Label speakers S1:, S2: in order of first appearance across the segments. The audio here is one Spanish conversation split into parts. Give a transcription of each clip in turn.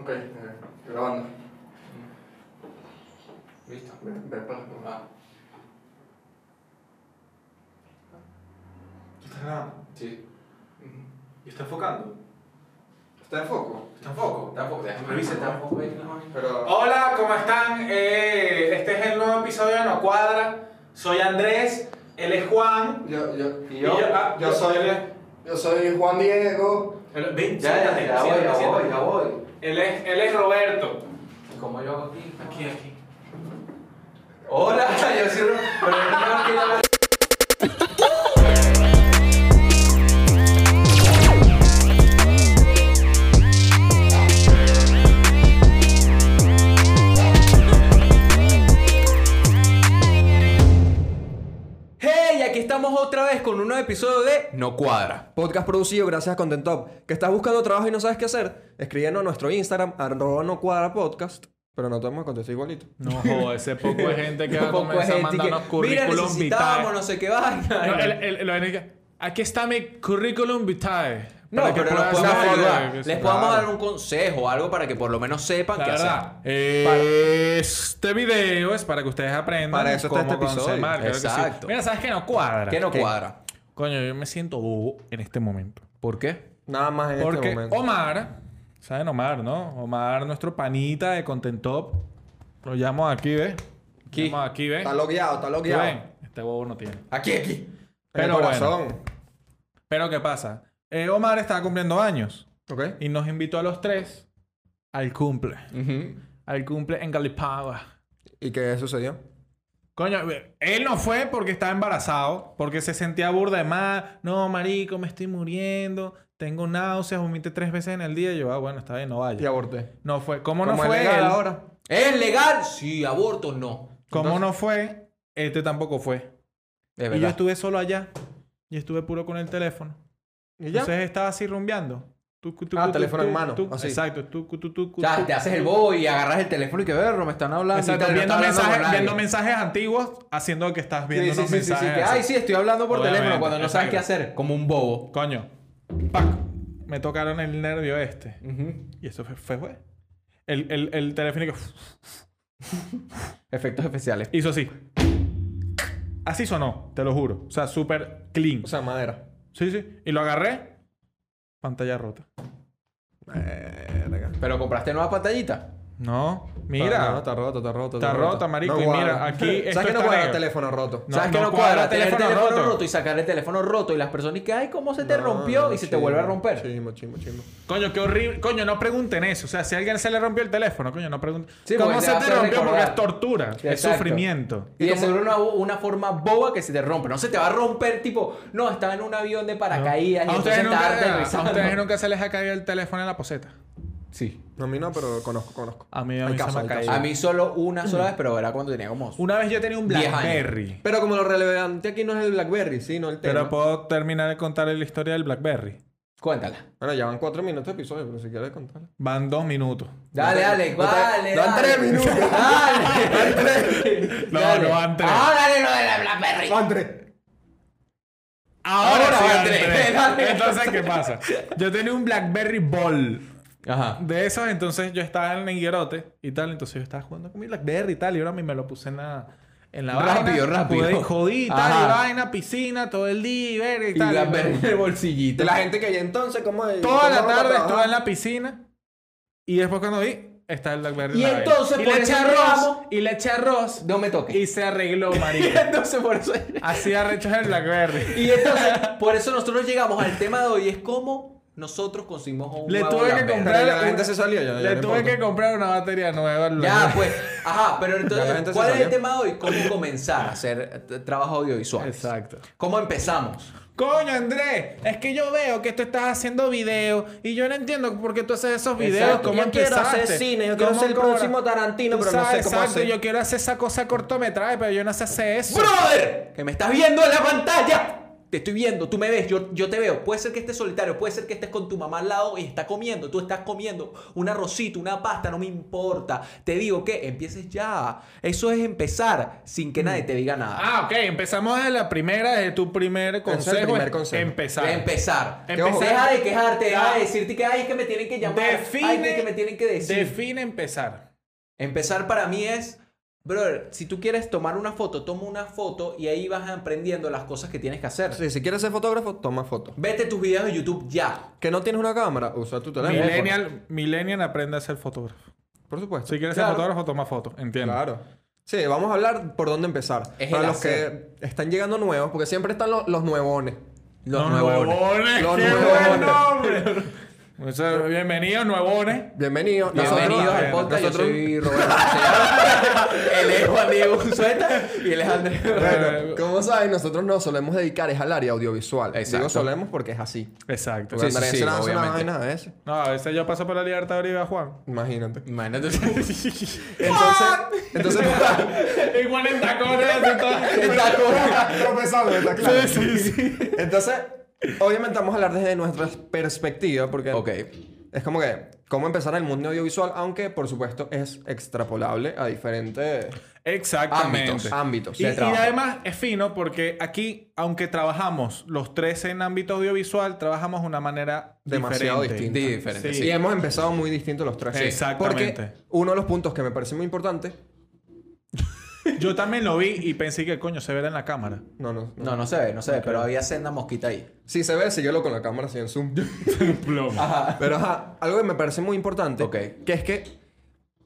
S1: Ok, eh, grabando.
S2: Listo.
S1: Ve, ve para-
S2: Ah,
S3: ¿Tú estás grabando?
S2: sí.
S1: Ujú.
S3: ¿Y está enfocando?
S1: Está en foco,
S3: ¿Está en foco?
S2: Tampoco, déjame
S3: Revisa,
S2: revisar tampoco ahí no, ahí.
S1: pero.
S3: Hola, ¿cómo están? Eh, este es el nuevo episodio de No Cuadra. Soy Andrés, él es Juan.
S1: Yo, yo, y
S3: y
S1: yo,
S3: ah,
S1: yo soy.
S3: él es-
S1: Yo soy Juan Diego.
S3: él- ven,
S2: Ya, ya,
S3: siéntate,
S2: ya voy,
S3: siéntate,
S2: ya voy,
S3: siéntate.
S2: ya voy.
S3: Él es, él es Roberto.
S2: ¿Cómo yo hago aquí?
S3: Aquí, aquí.
S2: Hola, yo soy Ro- Pero no tengo que llamar.
S4: ¡Hey! Aquí estamos otra vez con un nuevo episodio de No Cuadra.
S1: Podcast producido gracias a Content Top. ¿Que estás buscando trabajo y no sabes qué hacer? Escribiendo a nuestro Instagram, arroba no cuadra podcast. Pero no te vamos a contestar igualito.
S5: No, joder, ese poco de gente que va a
S4: Poco de
S5: comenzar a
S4: gente que,
S5: mandarnos
S4: Mira,
S5: currículum
S4: necesitábamos
S5: vitae.
S4: no sé qué vaina.
S5: No, el, el- lo único- aquí está mi currículum vitae.
S4: No,
S5: para que
S4: pero les
S5: puedas
S4: podemos,
S5: ver,
S4: ayudar.
S5: que sí.
S4: Les podemos dar un consejo o algo para que por lo menos sepan
S5: La
S4: qué hacer.
S5: verdad, eh, este video es para que ustedes aprendan
S1: Para eso está
S5: cómo
S1: este episodio.
S5: consumar, claro que sí.
S4: Exacto.
S5: Mira, ¿sabes qué no cuadra?
S4: ¿Qué no
S1: ¿Qué?
S4: cuadra?
S5: Coño, yo me siento bobo en este momento.
S4: ¿Por qué?
S1: Nada más en
S5: Porque
S1: este momento.
S5: Omar, ¿saben Omar, no? Omar, nuestro panita de Content Top. Lo llamo aquí, ¿ves? Lo
S4: Aquí.
S5: llamo aquí, ¿ves?
S1: Está logueado, está
S5: ¿Tú ven?
S1: logueado.
S5: Este bobo no tiene.
S4: Aquí, aquí.
S1: En el
S5: Pero bueno.
S1: corazón.
S5: Pero ¿qué pasa? Eh, Omar estaba cumpliendo años
S1: Ok.
S5: y nos invitó a los tres al cumple. Al cumple en Galipagua.
S1: ¿Y qué sucedió?
S5: Coño, él no fue porque estaba embarazado, porque se sentía burda de más. No, marico, me estoy muriendo. Tengo náuseas, vomité tres veces en el día. Y yo, ah, bueno, está bien, no
S1: Y
S5: vaya.
S1: aborté.
S5: No fue. ¿Cómo no
S1: Como es
S5: fue
S1: legal
S5: él?
S1: ahora?
S4: ¿Es legal? Sí, aborto no.
S5: ¿Cómo no fue? Este tampoco fue.
S4: Es
S5: Y yo
S4: verdad.
S5: estuve solo allá. Y estuve puro con el teléfono.
S1: ¿Y ya?
S5: Entonces estaba así rumbeando. Tucu, tucu,
S1: Ah,
S5: tucu,
S1: teléfono en
S5: tucu,
S1: mano,
S5: tucu.
S1: así.
S5: Exacto. tucu, tucu, tucu,
S4: Ya, te haces el bobo y agarras el teléfono y que verlo, me están hablando.
S5: Exacto,
S4: y tal, no
S5: viendo,
S4: está hablando
S5: mensajes,
S4: con nadie.
S5: viendo mensajes antiguos, haciendo que estás viendo
S4: Sí, sí,
S5: unos
S4: sí, sí, sí,
S5: mensajes.
S4: que,
S5: así.
S4: ay, sí, estoy hablando por
S5: Obviamente,
S4: teléfono cuando no sabes
S5: exacto.
S4: qué hacer. Como un bobo.
S5: Coño, pac, me tocaron el nervio este. Y eso fue, fue, fue. El, el, el telefónico
S4: Efectos especiales.
S5: hizo así. Así sonó, te lo juro. O sea, súper clean.
S1: O sea, madera.
S5: Sí, sí. Y lo agarré. Pantalla rota.
S1: Verga.
S4: ¿Pero compraste nueva pantallita?
S5: No,
S1: Está, no,
S5: mira.
S1: está roto, está roto.
S5: Está roto, marico, y mira,
S1: cuadra.
S5: aquí esto
S1: ¿Sabes que no
S5: está
S1: cuadra el
S5: negro?
S1: teléfono roto?
S5: No,
S4: ¿Sabes que
S5: no
S4: no cuadra?
S5: cuadra
S4: Tener el
S5: teléfono
S4: teléfono roto.
S5: roto.
S4: y sacar el teléfono roto. Y las personas que, ay, ¿cómo se te rompió? y se te vuelve a romper.
S1: Chimo, chimo, chimo.
S5: Coño, qué horrible. Coño, no pregunten eso. O sea, si a alguien se le rompió el teléfono, coño, no pregunten.
S4: Sí, porque
S5: ¿Cómo
S4: te
S5: se
S4: hace
S5: te rompió?
S4: recordar.
S5: Porque es tortura. Es
S4: Exacto.
S5: sufrimiento.
S4: Y es una, una forma boba que se te rompe. No se te va a romper, tipo, no, estaba en un avión de paracaídas y
S5: ¿A
S4: entonces
S5: ustedes, nunca,
S4: estaba
S5: a
S4: aterrizando.
S5: ustedes nunca se les ha caído el teléfono en la poseta?
S4: Sí.
S1: No, a mí no, pero conozco, conozco.
S5: A mí, a
S1: Hay
S5: mí se
S1: casos,
S5: me ha
S1: hay
S5: caído.
S1: casos.
S4: A mí solo una sola vez, pero era cuando tenía como...
S5: Una vez yo tenía un
S4: Diez años.
S5: Blackberry.
S1: Pero como lo relevante aquí no es el Blackberry, sino el tema.
S5: Pero puedo terminar de contarle la historia del Blackberry.
S4: Cuéntala.
S1: Bueno, ya van cuatro minutos de episodio, pero si quieres contar.
S5: Van dos minutos.
S4: Dale, dale,
S1: No te-
S4: dale,
S1: dan
S4: dale.
S1: tres minutos.
S4: Dale.
S5: No,
S4: Dale.
S5: no van tres.
S4: Ah, dale lo de la Blackberry.
S1: André.
S5: Ahora,
S4: Ahora
S5: sí
S4: van
S5: van
S4: tres.
S5: tres.
S4: Dale.
S5: Entonces, ¿qué pasa? Yo tenía un Blackberry Ball.
S4: Ajá.
S5: De esos, entonces yo estaba en el higuerote y tal. Entonces yo estaba jugando con mi Blackberry y tal. Y ahora me me lo puse en la. En la
S4: Rápido,
S5: vaina.
S4: rápido.
S5: Pude- jodí y tal.
S4: Ajá.
S5: Y vaina, piscina, todo el día y verga y
S4: Y
S5: tal. y
S4: Blackberry
S5: bueno.
S4: en el bolsillito.
S1: De la gente que hay entonces, ¿cómo es?
S5: Toda la
S1: ¿Cómo va a
S5: tarde
S1: trabajar?
S5: estuve en la piscina y después cuando vi, está el Blackberry.
S4: Y
S5: en la
S4: entonces,
S5: verga. y
S4: por
S5: le eché
S4: eso
S5: arroz,
S4: llamo-
S5: y le eché arroz
S4: No me toques.
S5: y se arregló, marico.
S4: entonces por eso
S5: Así arrecho es el Blackberry.
S4: y entonces por eso nosotros llegamos al tema de hoy es cómo nosotros conseguimos un
S5: Le
S4: nuevo
S5: tuve que
S4: Blackberry.
S5: comprar
S1: Ya la
S5: una-
S1: gente se salió, ya- ya
S5: Le
S1: no
S5: tuve
S1: importa.
S5: que comprar una batería nueva al
S4: ya
S5: Blackberry.
S4: pues ajá pero
S1: Ya la gente
S4: entonces
S1: se
S4: cuál es el
S1: salió.
S4: tema de hoy cómo comenzar a hacer eh, trabajo audiovisual
S5: Exacto.
S4: cómo empezamos
S5: Coño, Andrés, es que yo veo que tú estás haciendo videos y yo no entiendo por qué tú haces esos videos.
S4: Exacto.
S5: ¿Cómo
S1: Yo quiero
S5: empezaste?
S1: hacer cine, yo quiero
S5: ¿Cómo
S1: ser el
S5: cobra?
S1: próximo Tarantino,
S5: Tú
S1: pero no sé
S5: sabes,
S1: cómo
S5: exacto,
S1: hacer.
S5: yo quiero hacer esa cosa cortometraje, pero yo no sé hacer eso.
S4: brother que me estás viendo en la pantalla te estoy viendo, tú me ves, yo, yo te veo. Puede ser que estés solitario, puede ser que estés con tu mamá al lado y está comiendo, tú estás comiendo un arrocito, una pasta, no me importa. Te digo que empieces ya. Eso es empezar sin
S5: Mm.
S4: que nadie te diga nada.
S5: Ah, ok. Empezamos desde la primera, desde tu primer consejo.
S1: primer consejo.
S5: Empezar.
S4: Empezar.
S5: Que ojo.
S4: Deja de quejarte, deja de decirte que ay, es que me tienen que llamar, ay,
S5: Define-
S4: es que me tienen que decir.
S5: Define empezar.
S4: Empezar para mí es, brother, si tú quieres tomar una foto, toma una foto y ahí vas aprendiendo las cosas que tienes que hacer.
S1: Sí, si quieres ser fotógrafo, toma fotos.
S4: Vete tus videos de YouTube ya.
S1: Que no tienes una cámara, usa tu teléfono. pues.
S5: Millennial, millennial aprende a ser fotógrafo.
S1: Por supuesto.
S5: Si quieres ser fotógrafo, toma fotos. Entiendo.
S1: Claro. Sí, vamos a hablar por dónde empezar.
S4: Es
S1: Para
S4: el
S1: los
S4: hacer.
S1: que están llegando nuevos, porque siempre están lo- los nuevones.
S4: Los
S5: Los
S4: nuevones.
S5: nuevones.
S1: Los
S5: ¡Qué buen
S1: nuevones.
S5: nombre! Eso, Bienvenidos, nuevones.
S1: Bienvenidos.
S4: Bienvenidos al
S5: nosotros-
S4: podcast.
S1: nosotros-
S4: Yo soy Roberto Montellanos. él es Juan Diego Unzueta y él es Andrés.
S1: Bueno, como saben, nosotros nos solemos dedicar es al área audiovisual.
S4: Exacto.
S1: Digo solemos porque es así.
S5: Exacto.
S4: Sí,
S1: Porque
S4: sí,
S1: Andrés
S4: sí,
S1: se lanza una
S4: obviamente.
S1: vaina de ese.
S5: No, a veces yo paso por la libertad y a Juan.
S1: Imagínate.
S4: Imagínate.
S1: Entonces, entonces
S5: Y Juan en tacones, así todo.
S4: Está con-
S1: Tropezando, está claro. Entonces, obviamente vamos a hablar desde nuestra perspectiva, porque
S4: Ok.
S1: es como que cómo empezar en el mundo audiovisual, aunque por supuesto es extrapolable a diferentes
S5: Exactamente.
S4: Ámbitos.
S1: ámbitos.
S5: Y,
S1: de
S5: y
S1: trabajo.
S5: además es fino porque aquí, aunque trabajamos los tres en ámbito audiovisual, trabajamos de una manera
S1: demasiado
S5: diferente.
S1: distinto.
S4: Diferente,
S1: Sí.
S5: sí.
S1: Y hemos empezado muy distintos los tres.
S5: Sí. Exactamente.
S1: Porque uno de los puntos que me parece muy importante.
S5: Yo también lo vi y pensé que coño se verá en la cámara.
S1: No, no, no.
S4: No, no se ve, no se ve, pero había senda mosquita ahí.
S1: Si se ve, síguelo con la cámara así en zoom. Pero ajá, algo que me parece muy importante.
S4: Ok.
S1: Que es que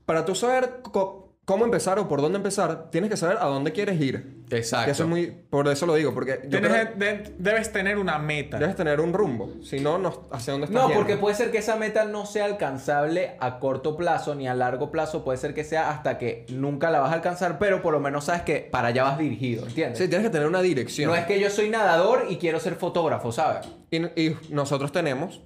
S1: para tú saber co- cómo empezar o por dónde empezar, tienes que saber a dónde quieres ir. Que eso
S4: Exacto.
S1: es muy. Por eso lo digo, porque yo
S5: Tienes-
S1: creo que
S5: de- debes tener una meta.
S1: debes tener un rumbo. Si no, no hacia dónde estás.
S4: No,
S1: yendo.
S4: porque puede ser que esa meta no sea alcanzable a corto plazo ni a largo plazo. Puede ser que sea hasta que nunca la vas a alcanzar, pero por lo menos sabes que para allá vas dirigido, ¿entiendes?
S1: Sí, tienes que tener una dirección.
S4: No es que yo soy nadador y quiero ser fotógrafo, ¿sabes?
S1: y, y nosotros tenemos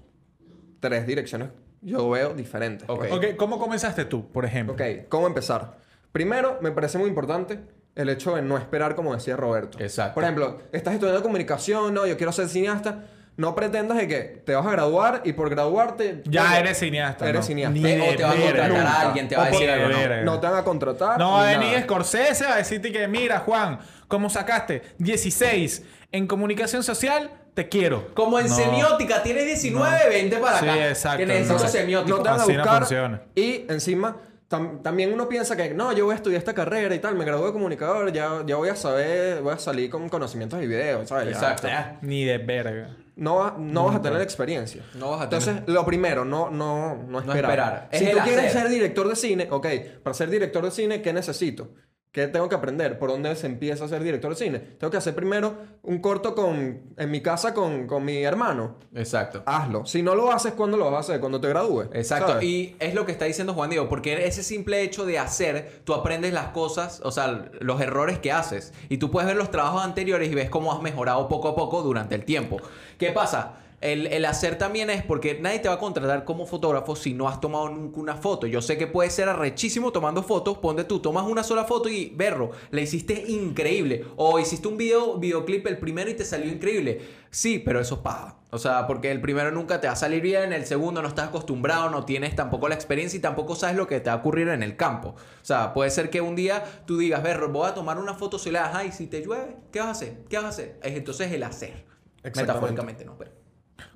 S1: tres direcciones, yo veo, diferentes. pues.
S4: Ok.
S5: Ok, ¿Cómo comenzaste tú, por ejemplo?
S1: Ok, ¿cómo empezar? Primero, me parece muy importante el hecho de no esperar, como decía Roberto.
S4: Exacto.
S1: Por ejemplo, estás estudiando comunicación, no, yo quiero ser cineasta. No pretendas de que te vas a graduar y por graduarte...
S5: Ya
S1: bueno,
S5: eres cineasta.
S1: Eres
S5: ¿no?
S1: cineasta.
S5: Ni
S4: Te-
S5: de
S4: o te va a contratar
S5: verga.
S4: a alguien, te va a
S5: O por-
S4: decir algo.
S5: de
S4: ¿no?
S5: verga.
S1: No te van a contratar.
S5: No va a venir
S1: nada.
S5: Scorsese a decirte que mira, Juan, ¿cómo sacaste 16 en comunicación social? Te quiero.
S4: Como en
S5: No.
S4: semiótica, tienes 19, 20 para
S5: Sí,
S4: acá.
S5: exacto,
S4: Que necesito
S5: no.
S4: semiótica.
S1: No te van a
S5: Así no
S1: buscar.
S5: funciona.
S1: Y encima, tam- también uno piensa que no, yo voy a estudiar esta carrera y tal, me gradué de comunicador, ya, ya voy a saber, voy a salir con conocimientos de video, ¿sabes? Ya-
S4: Exacto.
S5: Ni de verga.
S1: No, va- no vas a tener experiencia.
S4: No vas a tener.
S1: Entonces, lo primero, no, no, no esperar.
S4: esperar. Es
S1: Si
S4: el
S1: tú quieres
S4: hacer.
S1: ser director de cine, ok, para ser director de cine, ¿qué necesito? ¿Qué tengo que aprender? ¿Por dónde se empieza a ser director de cine? Tengo que hacer primero un corto con, en mi casa con, con mi hermano.
S4: Exacto.
S1: Hazlo. Si no lo haces, ¿cuándo lo vas a hacer? Cuando te gradúes.
S4: Exacto,
S1: ¿sabes?
S4: y es lo que está diciendo Juan Diego, porque ese simple hecho de hacer, tú aprendes las cosas, o sea, los errores que haces, y tú puedes ver los trabajos anteriores y ves cómo has mejorado poco a poco durante el tiempo. ¿Qué pasa? El, el hacer también es porque nadie te va a contratar como fotógrafo si no has tomado nunca una foto. Yo sé que puede ser arrechísimo tomando fotos, ponte tú, tomas una sola foto y berro, la hiciste increíble. O hiciste un video, videoclip el primero y te salió increíble. Sí, pero eso es paja. O sea, porque el primero nunca te va a salir bien, el segundo no estás acostumbrado, no tienes tampoco la experiencia y tampoco sabes lo que te va a ocurrir en el campo. O sea, puede ser que un día tú digas, berro, voy a tomar una foto soleada, ajá, y si te llueve, ¿qué vas a hacer? ¿Qué vas a hacer? Es entonces el hacer.
S1: Exactamente.
S4: Metafóricamente, no, pero.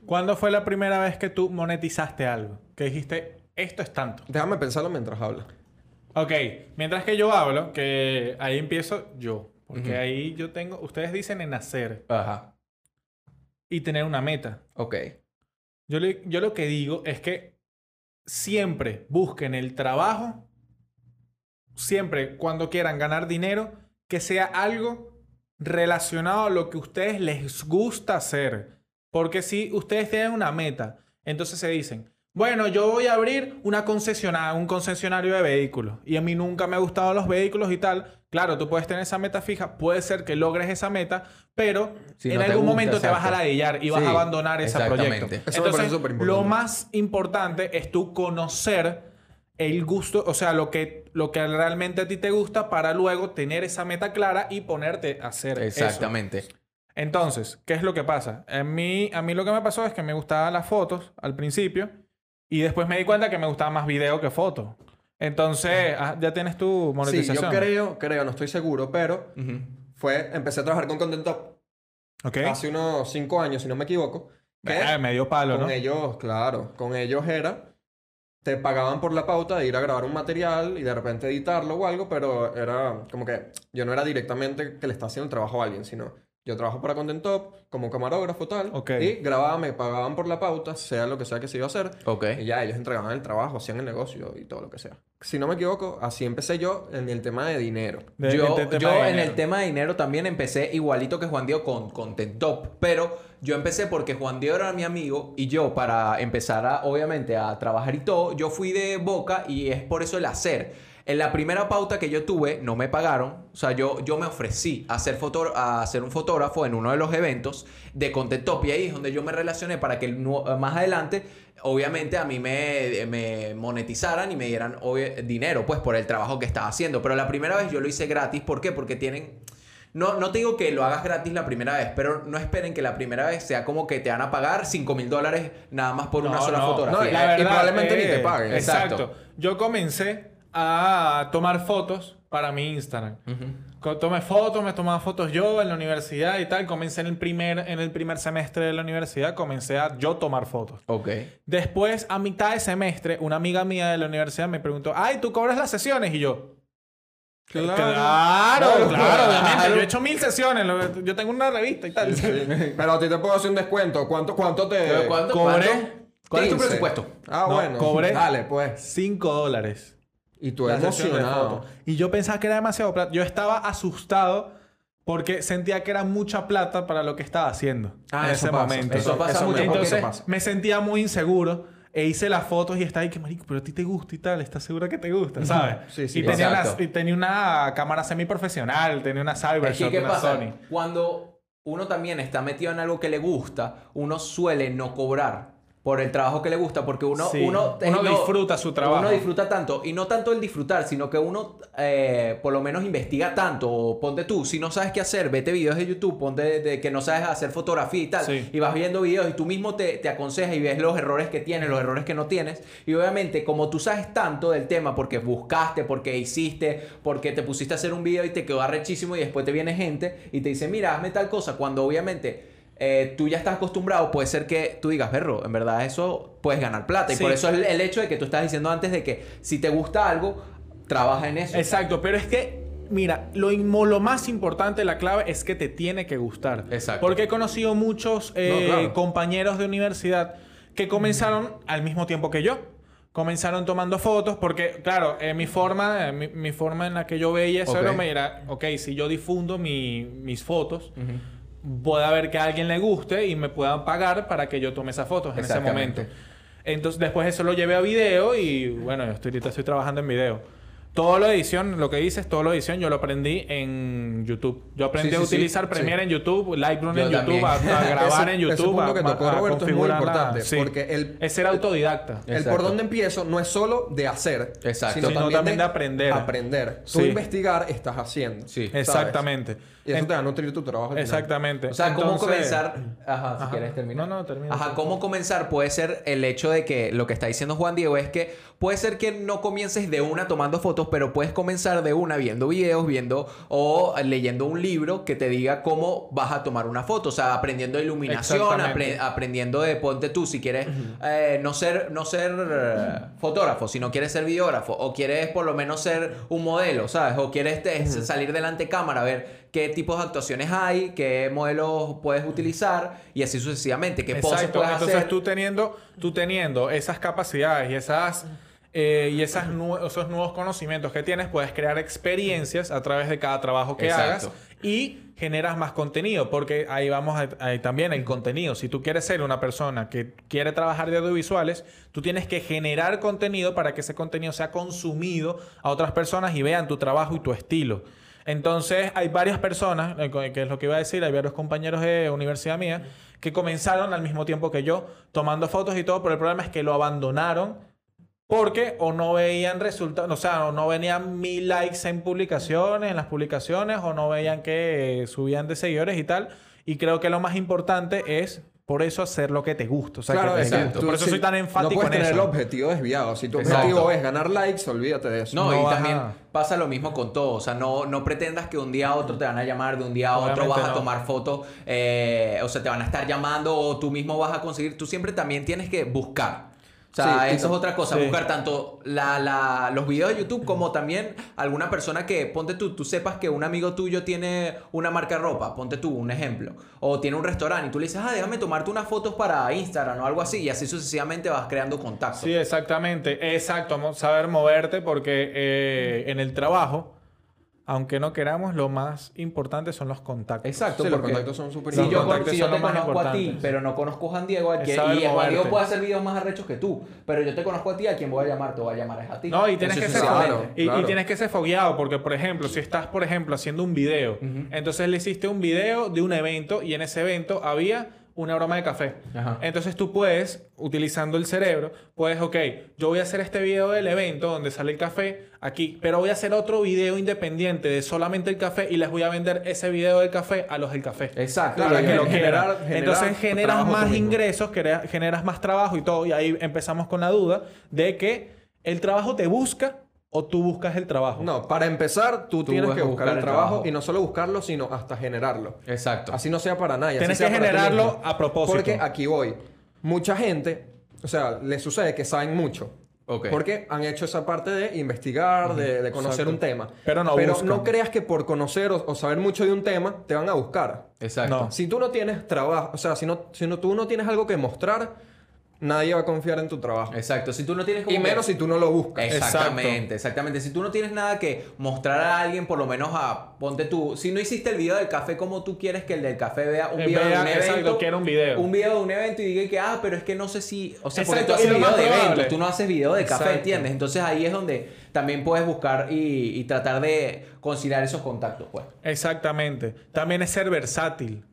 S5: ¿Cuándo fue la primera vez que tú monetizaste algo? Que dijiste, esto es tanto.
S1: Déjame pensarlo mientras hablas.
S5: Ok, mientras que yo hablo, que ahí empiezo yo. Porque ahí yo tengo, ustedes dicen en hacer
S4: Ajá.
S5: y tener una meta.
S4: Ok.
S5: Yo, le- yo lo que digo es que siempre busquen el trabajo, siempre cuando quieran ganar dinero, que sea algo relacionado a lo que a ustedes les gusta hacer. Porque si ustedes tienen una meta, entonces se dicen, bueno, yo voy a abrir una concesiona- un concesionario de vehículos y a mí nunca me han gustado los vehículos y tal. Claro, tú puedes tener esa meta fija, puede ser que logres esa meta, pero
S4: Si
S5: en
S4: no te
S5: algún
S4: gusta,
S5: momento te vas a
S4: exacto.
S5: ladillar y vas
S4: Sí,
S5: a abandonar ese proyecto.
S4: exactamente.
S1: Eso me parece súper
S5: lo
S1: importante.
S5: más importante es tú conocer el gusto, o sea, lo que, lo que realmente a ti te gusta para luego tener esa meta clara y ponerte a hacer eso.
S4: Exactamente.
S5: Entonces, ¿qué es lo que pasa? A mí, a mí lo que me pasó es que me gustaban las fotos al principio y después me di cuenta que me gustaba más video que foto. Entonces, ah, ya tienes tu
S1: Eh. Sí,
S5: monetización.
S1: yo creo, creo, no estoy seguro, pero
S4: Ujú.
S1: fue, empecé a trabajar con Content Top
S5: Ok.
S1: hace unos cinco años, si no me equivoco. que
S5: Ah, me dio palo,
S1: con
S5: ¿no?
S1: ellos, claro, con ellos era, te pagaban por la pauta de ir a grabar un material y de repente editarlo o algo, pero era como que yo no era directamente que le está haciendo el trabajo a alguien, sino yo trabajo para Content Top como camarógrafo tal
S5: Ok.
S1: y grababa, me pagaban por la pauta, sea lo que sea que se iba a hacer.
S4: Ok.
S1: Y ya ellos entregaban el trabajo, hacían el negocio y todo lo que sea. Si no me equivoco, así empecé yo en el tema de dinero.
S5: De-
S4: yo
S5: de- de-
S4: yo
S5: de
S4: en
S5: dinero.
S4: el tema de dinero también empecé igualito que Juan Diego con Content Top, pero yo empecé porque Juan Diego era mi amigo y yo para empezar a, obviamente a trabajar y todo, yo fui de boca y es por eso el hacer. En la primera pauta que yo tuve no me pagaron, o sea, yo, yo me ofrecí a ser, foto- a ser un fotógrafo en uno de los eventos de Content Top y ahí es donde yo me relacioné para que el nu- eh, más adelante obviamente a mí me, eh, me monetizaran y me dieran obvia- dinero, pues, por el trabajo que estaba haciendo. Pero la primera vez yo lo hice gratis. ¿Por qué? Porque tienen... No, no te digo que lo hagas gratis la primera vez, pero no esperen que la primera vez sea como que te van a pagar 5 mil dólares nada más por una
S5: No,
S4: sola
S5: no, eh,
S4: fotografía.
S1: no, y- la- probablemente ni te paguen.
S5: Exacto.
S4: Exacto.
S5: Yo comencé a tomar fotos para mi Instagram.
S4: Ujú.
S5: Co- Tomé fotos, me tomaba fotos yo en la universidad y tal. Comencé en el primer, en el primer semestre de la universidad, comencé a yo tomar fotos.
S4: Ok.
S5: Eh, Después, a mitad de semestre, una amiga mía de la universidad me preguntó, ay, ¿tú cobras las sesiones? Y yo, claro, claro,
S1: Claro,
S5: obviamente.
S1: claro.
S5: Yo he hecho mil sesiones, lo- yo tengo una revista y tal.
S1: Pero a ti te puedo hacer un descuento. ¿Cuánto, cuánto te...?
S4: Pero ¿cuánto-
S5: cobré
S4: cuánto- ¿Cuál es tu
S1: 15.
S4: presupuesto?
S1: Ah,
S5: No,
S1: bueno.
S5: cobré.
S1: Dale, pues.
S5: Cinco dólares.
S1: Y tú
S5: la sesión de
S1: emocionado.
S5: fotos. Y yo pensaba que era demasiado plata. Yo estaba asustado porque sentía que era mucha plata para lo que estaba haciendo
S1: Ah,
S5: en
S1: eso
S5: ese
S1: pasa,
S5: momento.
S4: eso pasa
S1: mucho,
S5: Entonces
S1: eso pasa.
S5: me sentía muy inseguro. E hice las fotos y estaba ahí que marico, pero a ti te gusta y tal, estás segura que te gusta, ¿sabes?
S1: Sí, sí,
S5: y, tenía una,
S4: exacto.
S5: y tenía una cámara semiprofesional, tenía una
S4: Es que,
S5: Cybershot,
S4: ¿qué
S5: una
S4: pasa?
S5: Sony.
S4: Cuando uno también está metido en algo que le gusta, uno suele no cobrar por el trabajo que le gusta, porque uno,
S5: Sí.
S4: uno,
S5: Uno
S4: no-
S5: disfruta su trabajo.
S4: Uno disfruta tanto, y no tanto el disfrutar, sino que uno eh, por lo menos investiga tanto, o ponte tú, si no sabes qué hacer, vete videos de YouTube, ponte de, de que no sabes hacer fotografía y tal,
S5: Sí.
S4: y vas viendo videos y tú mismo te, te aconsejas y ves los errores que tienes, los errores que no tienes, y obviamente como tú sabes tanto del tema, porque buscaste, porque hiciste, porque te pusiste a hacer un video y te quedó arrechísimo y después te viene gente y te dice, mira, hazme tal cosa, cuando obviamente... eh, tú ya estás acostumbrado, puede ser que tú digas, perro, en verdad eso puedes ganar plata. Y
S5: Sí.
S4: por eso el, el hecho de que tú estás diciendo antes de que si te gusta algo, trabaja en eso.
S5: Exacto, pero es que, mira, lo, inmo- lo más importante, la clave es que te tiene que gustar.
S4: Exacto.
S5: Porque he conocido muchos eh,
S1: claro.
S5: compañeros de universidad que comenzaron al mismo tiempo que yo. Comenzaron tomando fotos porque, claro, eh, mi, forma, eh, mi, mi forma en la que yo veía eso
S4: Ok.
S5: era, mira, ok, si yo difundo mi- mis fotos, puede haber que a alguien le guste y me puedan pagar para que yo tome esas fotos en ese
S4: Exactamente.
S5: momento. Entonces, después eso lo llevé a video y bueno, yo estoy, ahorita estoy trabajando en video. Todo lo de edición, lo que dices, todo lo de edición, yo lo aprendí en YouTube. Yo aprendí
S1: Sí,
S5: a
S1: sí, sí,
S5: utilizar
S1: sí.
S5: Premiere en YouTube, Lightroom
S4: Yo
S5: en YouTube,
S4: también.
S5: a, a grabar
S1: Ese-
S5: en
S1: ese
S5: YouTube.
S1: punto
S5: a-
S1: que tocó
S5: a
S1: Roberto es muy
S5: configurarla.
S1: importante, porque el-
S5: es ser autodidacta.
S1: El
S4: Exacto.
S1: por dónde empiezo no es solo de hacer,
S4: Exacto.
S1: sino,
S5: Sino
S1: también,
S5: también de aprender.
S1: Aprender. Tú
S5: Sí.
S1: investigar, estás haciendo.
S4: Sí.
S1: ¿sabes?
S5: Exactamente.
S1: Y eso
S5: En-
S1: te va a nutrir tu trabajo. al final.
S5: exactamente.
S4: O sea, ¿cómo
S5: Entonces- eh,
S4: comenzar? Ajá, si quieres terminar.
S5: No, no, termina.
S4: Ajá, ¿cómo comenzar? Puede ser el hecho de que lo que está diciendo Juan Diego es que puede ser que no comiences de una tomando fotos, pero puedes comenzar de una viendo videos, viendo o leyendo un libro que te diga cómo vas a tomar una foto. O sea, aprendiendo iluminación,
S5: Exactamente.
S4: apre- aprendiendo de ponte tú, si quieres eh, no ser, no ser eh, fotógrafo, si no quieres ser videógrafo, o quieres por lo menos ser un modelo, ¿sabes? O quieres te- salir delante de cámara, ver qué tipos de actuaciones hay, qué modelos puedes utilizar, y así sucesivamente, qué poses
S5: Exacto.
S4: puedes
S5: Entonces
S4: hacer.
S5: tú teniendo, tú teniendo esas capacidades y esas eh, y esas nue- esos nuevos conocimientos que tienes, puedes crear experiencias a través de cada trabajo que
S4: Exacto.
S5: hagas y generas más contenido, porque ahí vamos a- ahí también el contenido. Si tú quieres ser una persona que quiere trabajar de audiovisuales, tú tienes que generar contenido para que ese contenido sea consumido a otras personas y vean tu trabajo y tu estilo. Entonces, hay varias personas, eh, co- que es lo que iba a decir, hay varios compañeros de universidad mía que comenzaron al mismo tiempo que yo, tomando fotos y todo, pero el problema es que lo abandonaron porque o no veían resultados, o sea, o no venían mil likes en publicaciones, en las publicaciones, o no veían que eh, subían de seguidores y tal, Y creo que lo más importante es por eso hacer lo que te gusta. O sea, que te
S1: es que
S5: gusta.
S1: tú
S5: Por eso
S1: sí-
S5: soy tan
S1: No
S5: enfático
S1: puedes
S5: en
S1: tener el
S5: eso.
S1: objetivo desviado. Si tu
S4: Exacto.
S1: objetivo es ganar likes, olvídate de eso.
S4: No, y
S5: No,
S4: también
S5: ajá.
S4: pasa lo mismo con todo. O sea, no, no pretendas que un día a otro te van a llamar, de un día a otro
S5: Obviamente
S4: vas a
S5: no.
S4: tomar fotos, eh, o sea, te van a estar llamando o tú mismo vas a conseguir. Tú siempre también tienes que buscar. O sea,
S1: Sí, y
S4: eso es
S1: tam-
S4: otra cosa,
S5: sí.
S4: buscar tanto la, la- los videos de YouTube como también alguna persona que, ponte tú, tú sepas que un amigo tuyo tiene una marca de ropa, ponte tú un ejemplo, o tiene un restaurante y tú le dices, ah, déjame tomarte unas fotos para Instagram o algo así, y así sucesivamente vas creando contactos.
S5: Sí, exactamente. Exacto, mo- saber moverte porque eh, en el trabajo, aunque no queramos, lo más importante son los contactos.
S4: Exacto,
S1: Sí, los
S4: porque
S1: contactos son súper
S4: si yo,
S5: importantes.
S4: con- si yo
S5: Son
S4: te
S5: los más
S4: conozco a ti,
S5: importantes.
S4: pero no conozco a Juan Diego, a
S5: Es
S4: quien,
S5: saber
S4: y Juan Diego
S5: moverte.
S4: puede hacer videos más arrechos que tú, pero yo te conozco a ti, a quien voy a llamar, te voy a llamar es a ti.
S5: No, y tienes,
S4: Eso
S5: que
S4: es
S5: ser,
S4: exactamente.
S1: claro.
S5: y- y tienes que ser fogueado, porque por ejemplo, si estás, por ejemplo, haciendo un video, entonces le hiciste un video de un evento y en ese evento había una broma de café.
S4: Ajá.
S5: Entonces tú puedes, utilizando el cerebro, puedes, ok, yo voy a hacer este video del evento donde sale el café aquí, pero voy a hacer otro video independiente de solamente el café y les voy a vender ese video del café a los del café.
S4: Exacto.
S1: Claro,
S5: Para
S1: que
S5: que
S1: lo
S5: lo
S1: generar-
S5: generas.
S1: generar
S5: Entonces
S1: trabajo
S5: generas
S1: tú
S5: más
S1: mismo.
S5: ingresos, crea- generas más trabajo y todo. Y ahí empezamos con la duda de que el trabajo te busca o tú buscas el trabajo.
S1: No, para empezar, tú, tienes
S4: vas
S1: que
S4: a
S1: buscar,
S4: buscar
S1: el
S4: el
S1: trabajo,
S4: trabajo.
S1: y no solo buscarlo, sino hasta generarlo.
S4: Exacto.
S1: Así no sea para nadie. así
S5: Tienes
S1: sea
S5: que
S1: para ti
S5: generarlo
S1: mismo.
S5: a propósito.
S1: Porque aquí voy. Mucha gente, o sea, le sucede que saben mucho.
S4: Ok.
S1: Porque han hecho esa parte de investigar, de, de conocer
S5: Exacto.
S1: un tema.
S5: Pero no buscan.
S1: no creas que por conocer o, o saber mucho de un tema te van a buscar.
S4: Exacto.
S5: No.
S1: Si tú no tienes trabajo, o sea, si, no, si no, tú no tienes algo que mostrar, nadie va a confiar en tu trabajo.
S4: Exacto. Si tú no tienes como
S1: Y
S4: que-
S1: menos si tú no lo buscas.
S4: Exactamente, exactamente. Si tú no tienes nada que mostrar a alguien, por lo menos a ponte tú. Si no hiciste el video del café, como tú quieres que el del café vea un
S5: Eh,
S4: video de
S5: vea,
S4: un evento?
S5: exacto, quiero un video.
S4: Un video de un evento y diga que, ah, pero es que no sé si. O sea,
S5: Exacto,
S4: porque
S5: y
S4: tú
S5: lo
S4: haces video
S5: más
S4: de
S5: probable.
S4: evento, tú no haces video de café,
S5: Exacto.
S4: ¿entiendes? Entonces ahí es donde también puedes buscar y, y tratar de conciliar esos contactos, pues.
S5: Exactamente. También es ser versátil.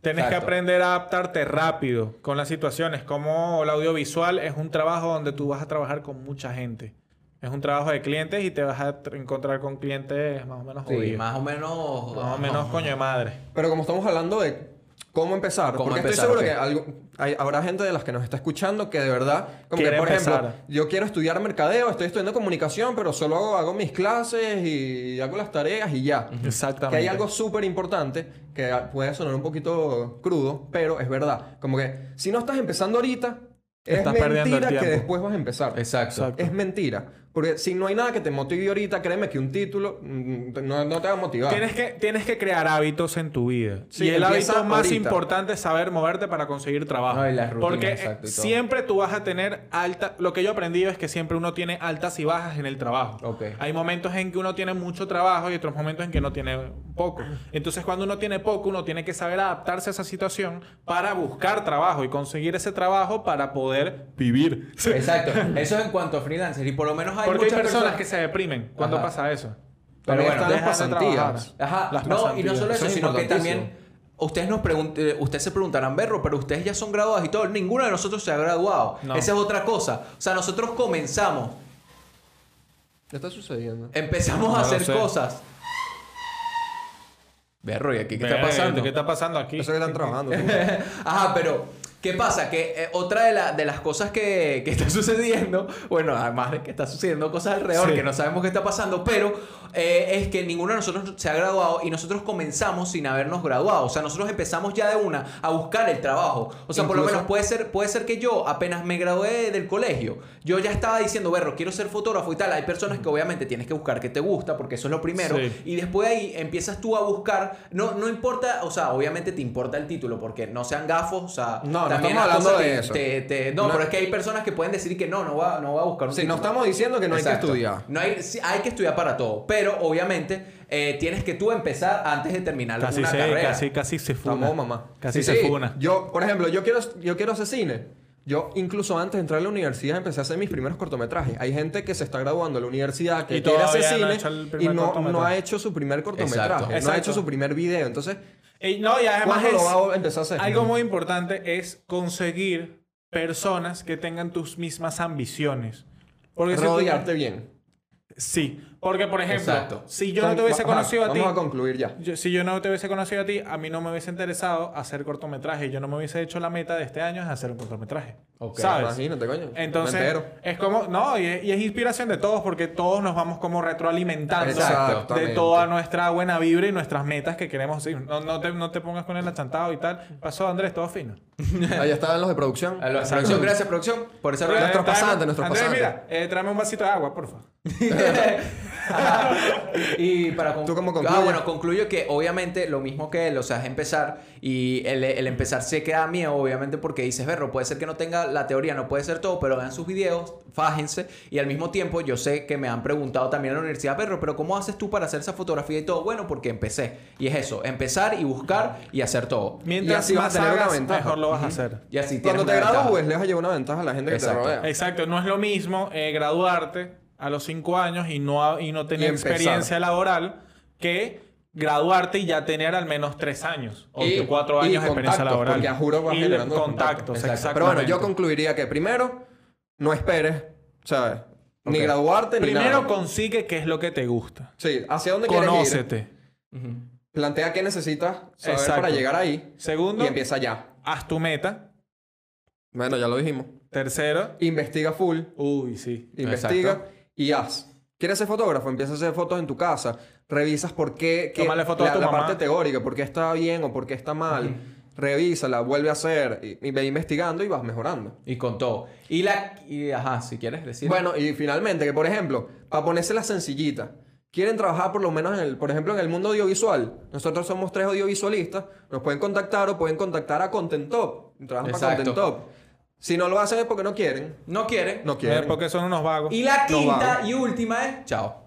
S5: Tienes que
S4: Exacto.
S5: aprender a adaptarte rápido con las situaciones. Como el audiovisual es un trabajo donde tú vas a trabajar con mucha gente. Es un trabajo de clientes y te vas a tr- encontrar con clientes más o menos
S4: Sí,
S5: jodidos.
S4: más o menos.
S5: Más o menos coño de madre.
S1: Pero como estamos hablando de cómo empezar,
S4: ¿Cómo
S1: porque
S4: empezar?
S1: estoy seguro
S4: Ok.
S1: que algo- hay- habrá gente de las que nos está escuchando que de verdad, como que
S5: Quiere
S1: por ejemplo,
S5: empezar.
S1: yo quiero estudiar mercadeo, estoy estudiando comunicación, pero solo hago, hago mis clases y hago las tareas y ya.
S5: Exactamente.
S1: Que hay algo súper importante que ah, puede sonar un poquito crudo, pero es verdad. Como que si no estás empezando ahorita, es
S5: Estás perdiendo el
S1: mentira que
S5: tiempo.
S1: después vas a empezar.
S4: Exacto.
S5: Exacto.
S1: Es mentira. Porque si no hay nada que te motive ahorita, créeme que un título mm, no, no te va a motivar.
S5: Tienes que, tienes que crear hábitos en tu vida.
S1: Sí,
S5: y el
S1: empieza
S5: hábito más
S1: ahorita.
S5: importante es saber moverte para conseguir trabajo.
S4: No, y las rutinas,
S5: Porque eh,
S4: exacto, y todo.
S5: siempre tú vas a tener alta... Lo que yo he aprendido es que siempre uno tiene altas y bajas en el trabajo.
S4: Ok.
S5: Hay momentos en que uno tiene mucho trabajo y otros momentos en que no tiene poco. Entonces, cuando uno tiene poco, uno tiene que saber adaptarse a esa situación para buscar trabajo y conseguir ese trabajo para poder vivir.
S4: Exacto. Eso es en cuanto a freelancers. Y por lo menos hay
S5: Porque hay
S4: muchas
S5: personas, que se deprimen cuando
S4: Ajá.
S5: pasa eso.
S1: También
S4: Pero bueno,
S1: están las
S5: dejan de
S1: pasantías.
S4: Ajá.
S5: Las
S4: no, y no
S5: pasantías.
S4: solo eso,
S1: Eso es
S4: sino que
S1: importantísimo.
S4: también ustedes nos pregun- eh, ustedes se preguntarán, Berro, pero ustedes ya son graduados y todo. Ninguno de nosotros se ha graduado.
S5: No.
S4: Esa es otra cosa. O sea, nosotros comenzamos,
S1: ¿Qué está sucediendo?
S4: empezamos
S5: No
S4: a
S5: lo
S4: hacer
S5: sé.
S4: cosas. Berro, ¿y aquí qué está
S5: Verga,
S4: pasando?
S5: ¿Qué está pasando aquí?
S1: Eso que están trabajando. tú.
S4: Ajá, pero ¿qué pasa? Que eh, otra de, la- de las cosas que, que está sucediendo, bueno, además de que está sucediendo cosas alrededor
S5: Sí.
S4: que no sabemos qué está pasando, pero eh, es que ninguno de nosotros se ha graduado y nosotros comenzamos sin habernos graduado. O sea, nosotros empezamos ya de una a buscar el trabajo. O sea, por lo
S1: Incluso-
S4: menos puede ser, puede ser que yo apenas me gradué del colegio, yo ya estaba diciendo, berro, quiero ser fotógrafo y tal. Hay personas que obviamente tienes que buscar que te gusta porque eso es lo primero.
S5: Sí.
S4: Y después de ahí empiezas tú a buscar. No, no importa, o sea, obviamente te importa el título, porque no sean gafos, o sea,
S1: No, no
S4: también
S1: estamos
S4: las
S1: hablando
S4: cosas
S1: de
S4: te-
S1: eso.
S4: te- te- no,
S1: No.
S4: pero es que hay personas que pueden decir que no, no va, no va a buscar un
S1: Sí, no
S4: título.
S1: estamos diciendo que no
S4: Exacto.
S1: hay que estudiar.
S4: No hay, sí, hay que estudiar para todo, pero obviamente eh, tienes que tú empezar antes de terminar
S5: Casi
S4: una
S5: se,
S4: carrera.
S5: casi, casi se funa.
S1: Estamos, mamá.
S5: Casi
S1: Sí,
S5: se
S1: sí.
S5: funa.
S1: Yo, por ejemplo, yo quiero, yo quiero hacer cine. Yo, incluso antes de entrar a la universidad, empecé a hacer mis primeros cortometrajes. Hay gente que se está graduando de la universidad, que
S5: Y
S1: quiere hacer
S5: todavía no ha
S1: cine
S5: hecho el
S1: y
S5: primer
S1: no,
S5: cortometraje.
S1: no ha hecho su primer cortometraje,
S4: Exacto.
S1: no ha
S5: Exacto.
S1: hecho su primer video. Entonces,
S5: Y, no, y además
S1: ¿cuándo
S5: es,
S1: lo va a empezar a hacer?
S5: algo muy importante es conseguir personas que tengan tus mismas ambiciones. Porque si tú-
S1: Rodearte bien.
S5: Sí. Porque, por ejemplo,
S4: Exacto.
S5: si yo no te hubiese
S1: Ajá,
S5: conocido a ti,
S1: Vamos a concluir ya.
S5: yo- si yo no te hubiese conocido a ti, a mí no me hubiese interesado hacer cortometraje. Yo no me hubiese hecho la meta de este año es hacer un cortometraje.
S4: Ok.
S5: ¿Sabes?
S1: Imagínate, coño. Me
S5: Entonces,
S1: entero.
S5: es como, no, y es, y es inspiración de todos porque todos nos vamos como retroalimentando
S1: Exacto.
S5: de toda nuestra buena vibra y nuestras metas que queremos. seguir. No, no, te, no te pongas con el achantado y tal. Pasó, Andrés, todo fino.
S1: Ahí estaban los de producción.
S4: A la producción, gracias, producción, por ese
S1: Nuestros
S5: Eh,
S4: regalo.
S5: tráeme-
S1: pasantes, nuestros
S5: Andrés,
S1: pasantes.
S5: mira, eh, tráeme un vasito de agua, porfa.
S4: Ajá. y para conclu-
S1: ¿Tú cómo
S4: Ah,
S1: concluyes?
S4: bueno, concluyo que obviamente lo mismo que él, o sea, es empezar y el, el empezar se queda miedo, obviamente, porque dices, verro, puede ser que no tenga la teoría, no puede ser todo, pero vean sus videos, fájense. Y al mismo tiempo, yo sé que me han preguntado también en la universidad, perro, pero ¿cómo haces tú para hacer esa fotografía y todo? Bueno, porque empecé. Y es eso, empezar y buscar y hacer todo.
S5: Mientras
S1: así vas
S5: más
S1: a tener una
S5: hagas,
S1: ventaja.
S5: mejor lo vas a hacer.
S4: Y así tienes
S1: Cuando te
S4: una ventaja.
S1: gradúes, le vas a llevar una ventaja a la gente que
S4: Exacto.
S1: te rodea.
S5: Exacto, no es lo mismo eh, graduarte a los 5 años y no, ha- y no tener
S1: Y empezar.
S5: experiencia laboral que graduarte y ya tener al menos 3 años o
S1: Y-
S5: 4
S1: y
S5: años de experiencia
S1: contactos,
S5: laboral.
S1: porque a juro vas
S5: y
S1: generando
S5: contactos,
S1: contactos.
S5: exacto.
S1: Pero bueno, yo concluiría que primero, no esperes, ¿sabes? Ni
S4: Ok.
S1: graduarte ni
S5: Primero
S1: nada.
S5: consigue qué es lo que te gusta.
S1: Sí, hacia dónde quieres ir.
S5: Conócete.
S4: Ujú.
S1: Plantea qué necesitas saber
S5: Exacto.
S1: para llegar ahí.
S5: Segundo,
S1: Y empieza ya.
S5: haz tu meta.
S1: Bueno, ya lo dijimos.
S5: Tercero,
S1: Investiga full,
S5: uy, sí.
S1: investiga y haz. ¿Quieres ser fotógrafo? Empieza a hacer fotos en tu casa. Revisas por qué... qué-
S5: Tómale fotos a
S1: la,
S5: tu
S1: la
S5: mamá.
S1: parte teórica, por qué está bien o por qué está mal. Revísala, vuelve a hacer. Y, y ve investigando y vas mejorando.
S4: Y con todo. Y la... y, ajá, si quieres decir...
S1: Bueno, y finalmente, que por ejemplo, para ponerse la sencillita, quieren trabajar por lo menos en el, por ejemplo, en el mundo audiovisual. Nosotros somos tres audiovisualistas, nos pueden contactar o pueden contactar a Content Top. Trabajan para
S4: Exacto.
S1: Content Top. Si no lo hacen es porque no quieren.
S4: no quieren.
S1: No
S5: Eh,
S1: quieren.
S5: porque son unos vagos.
S4: Y la
S1: No
S4: quinta
S1: vamos.
S4: y última es... Chao.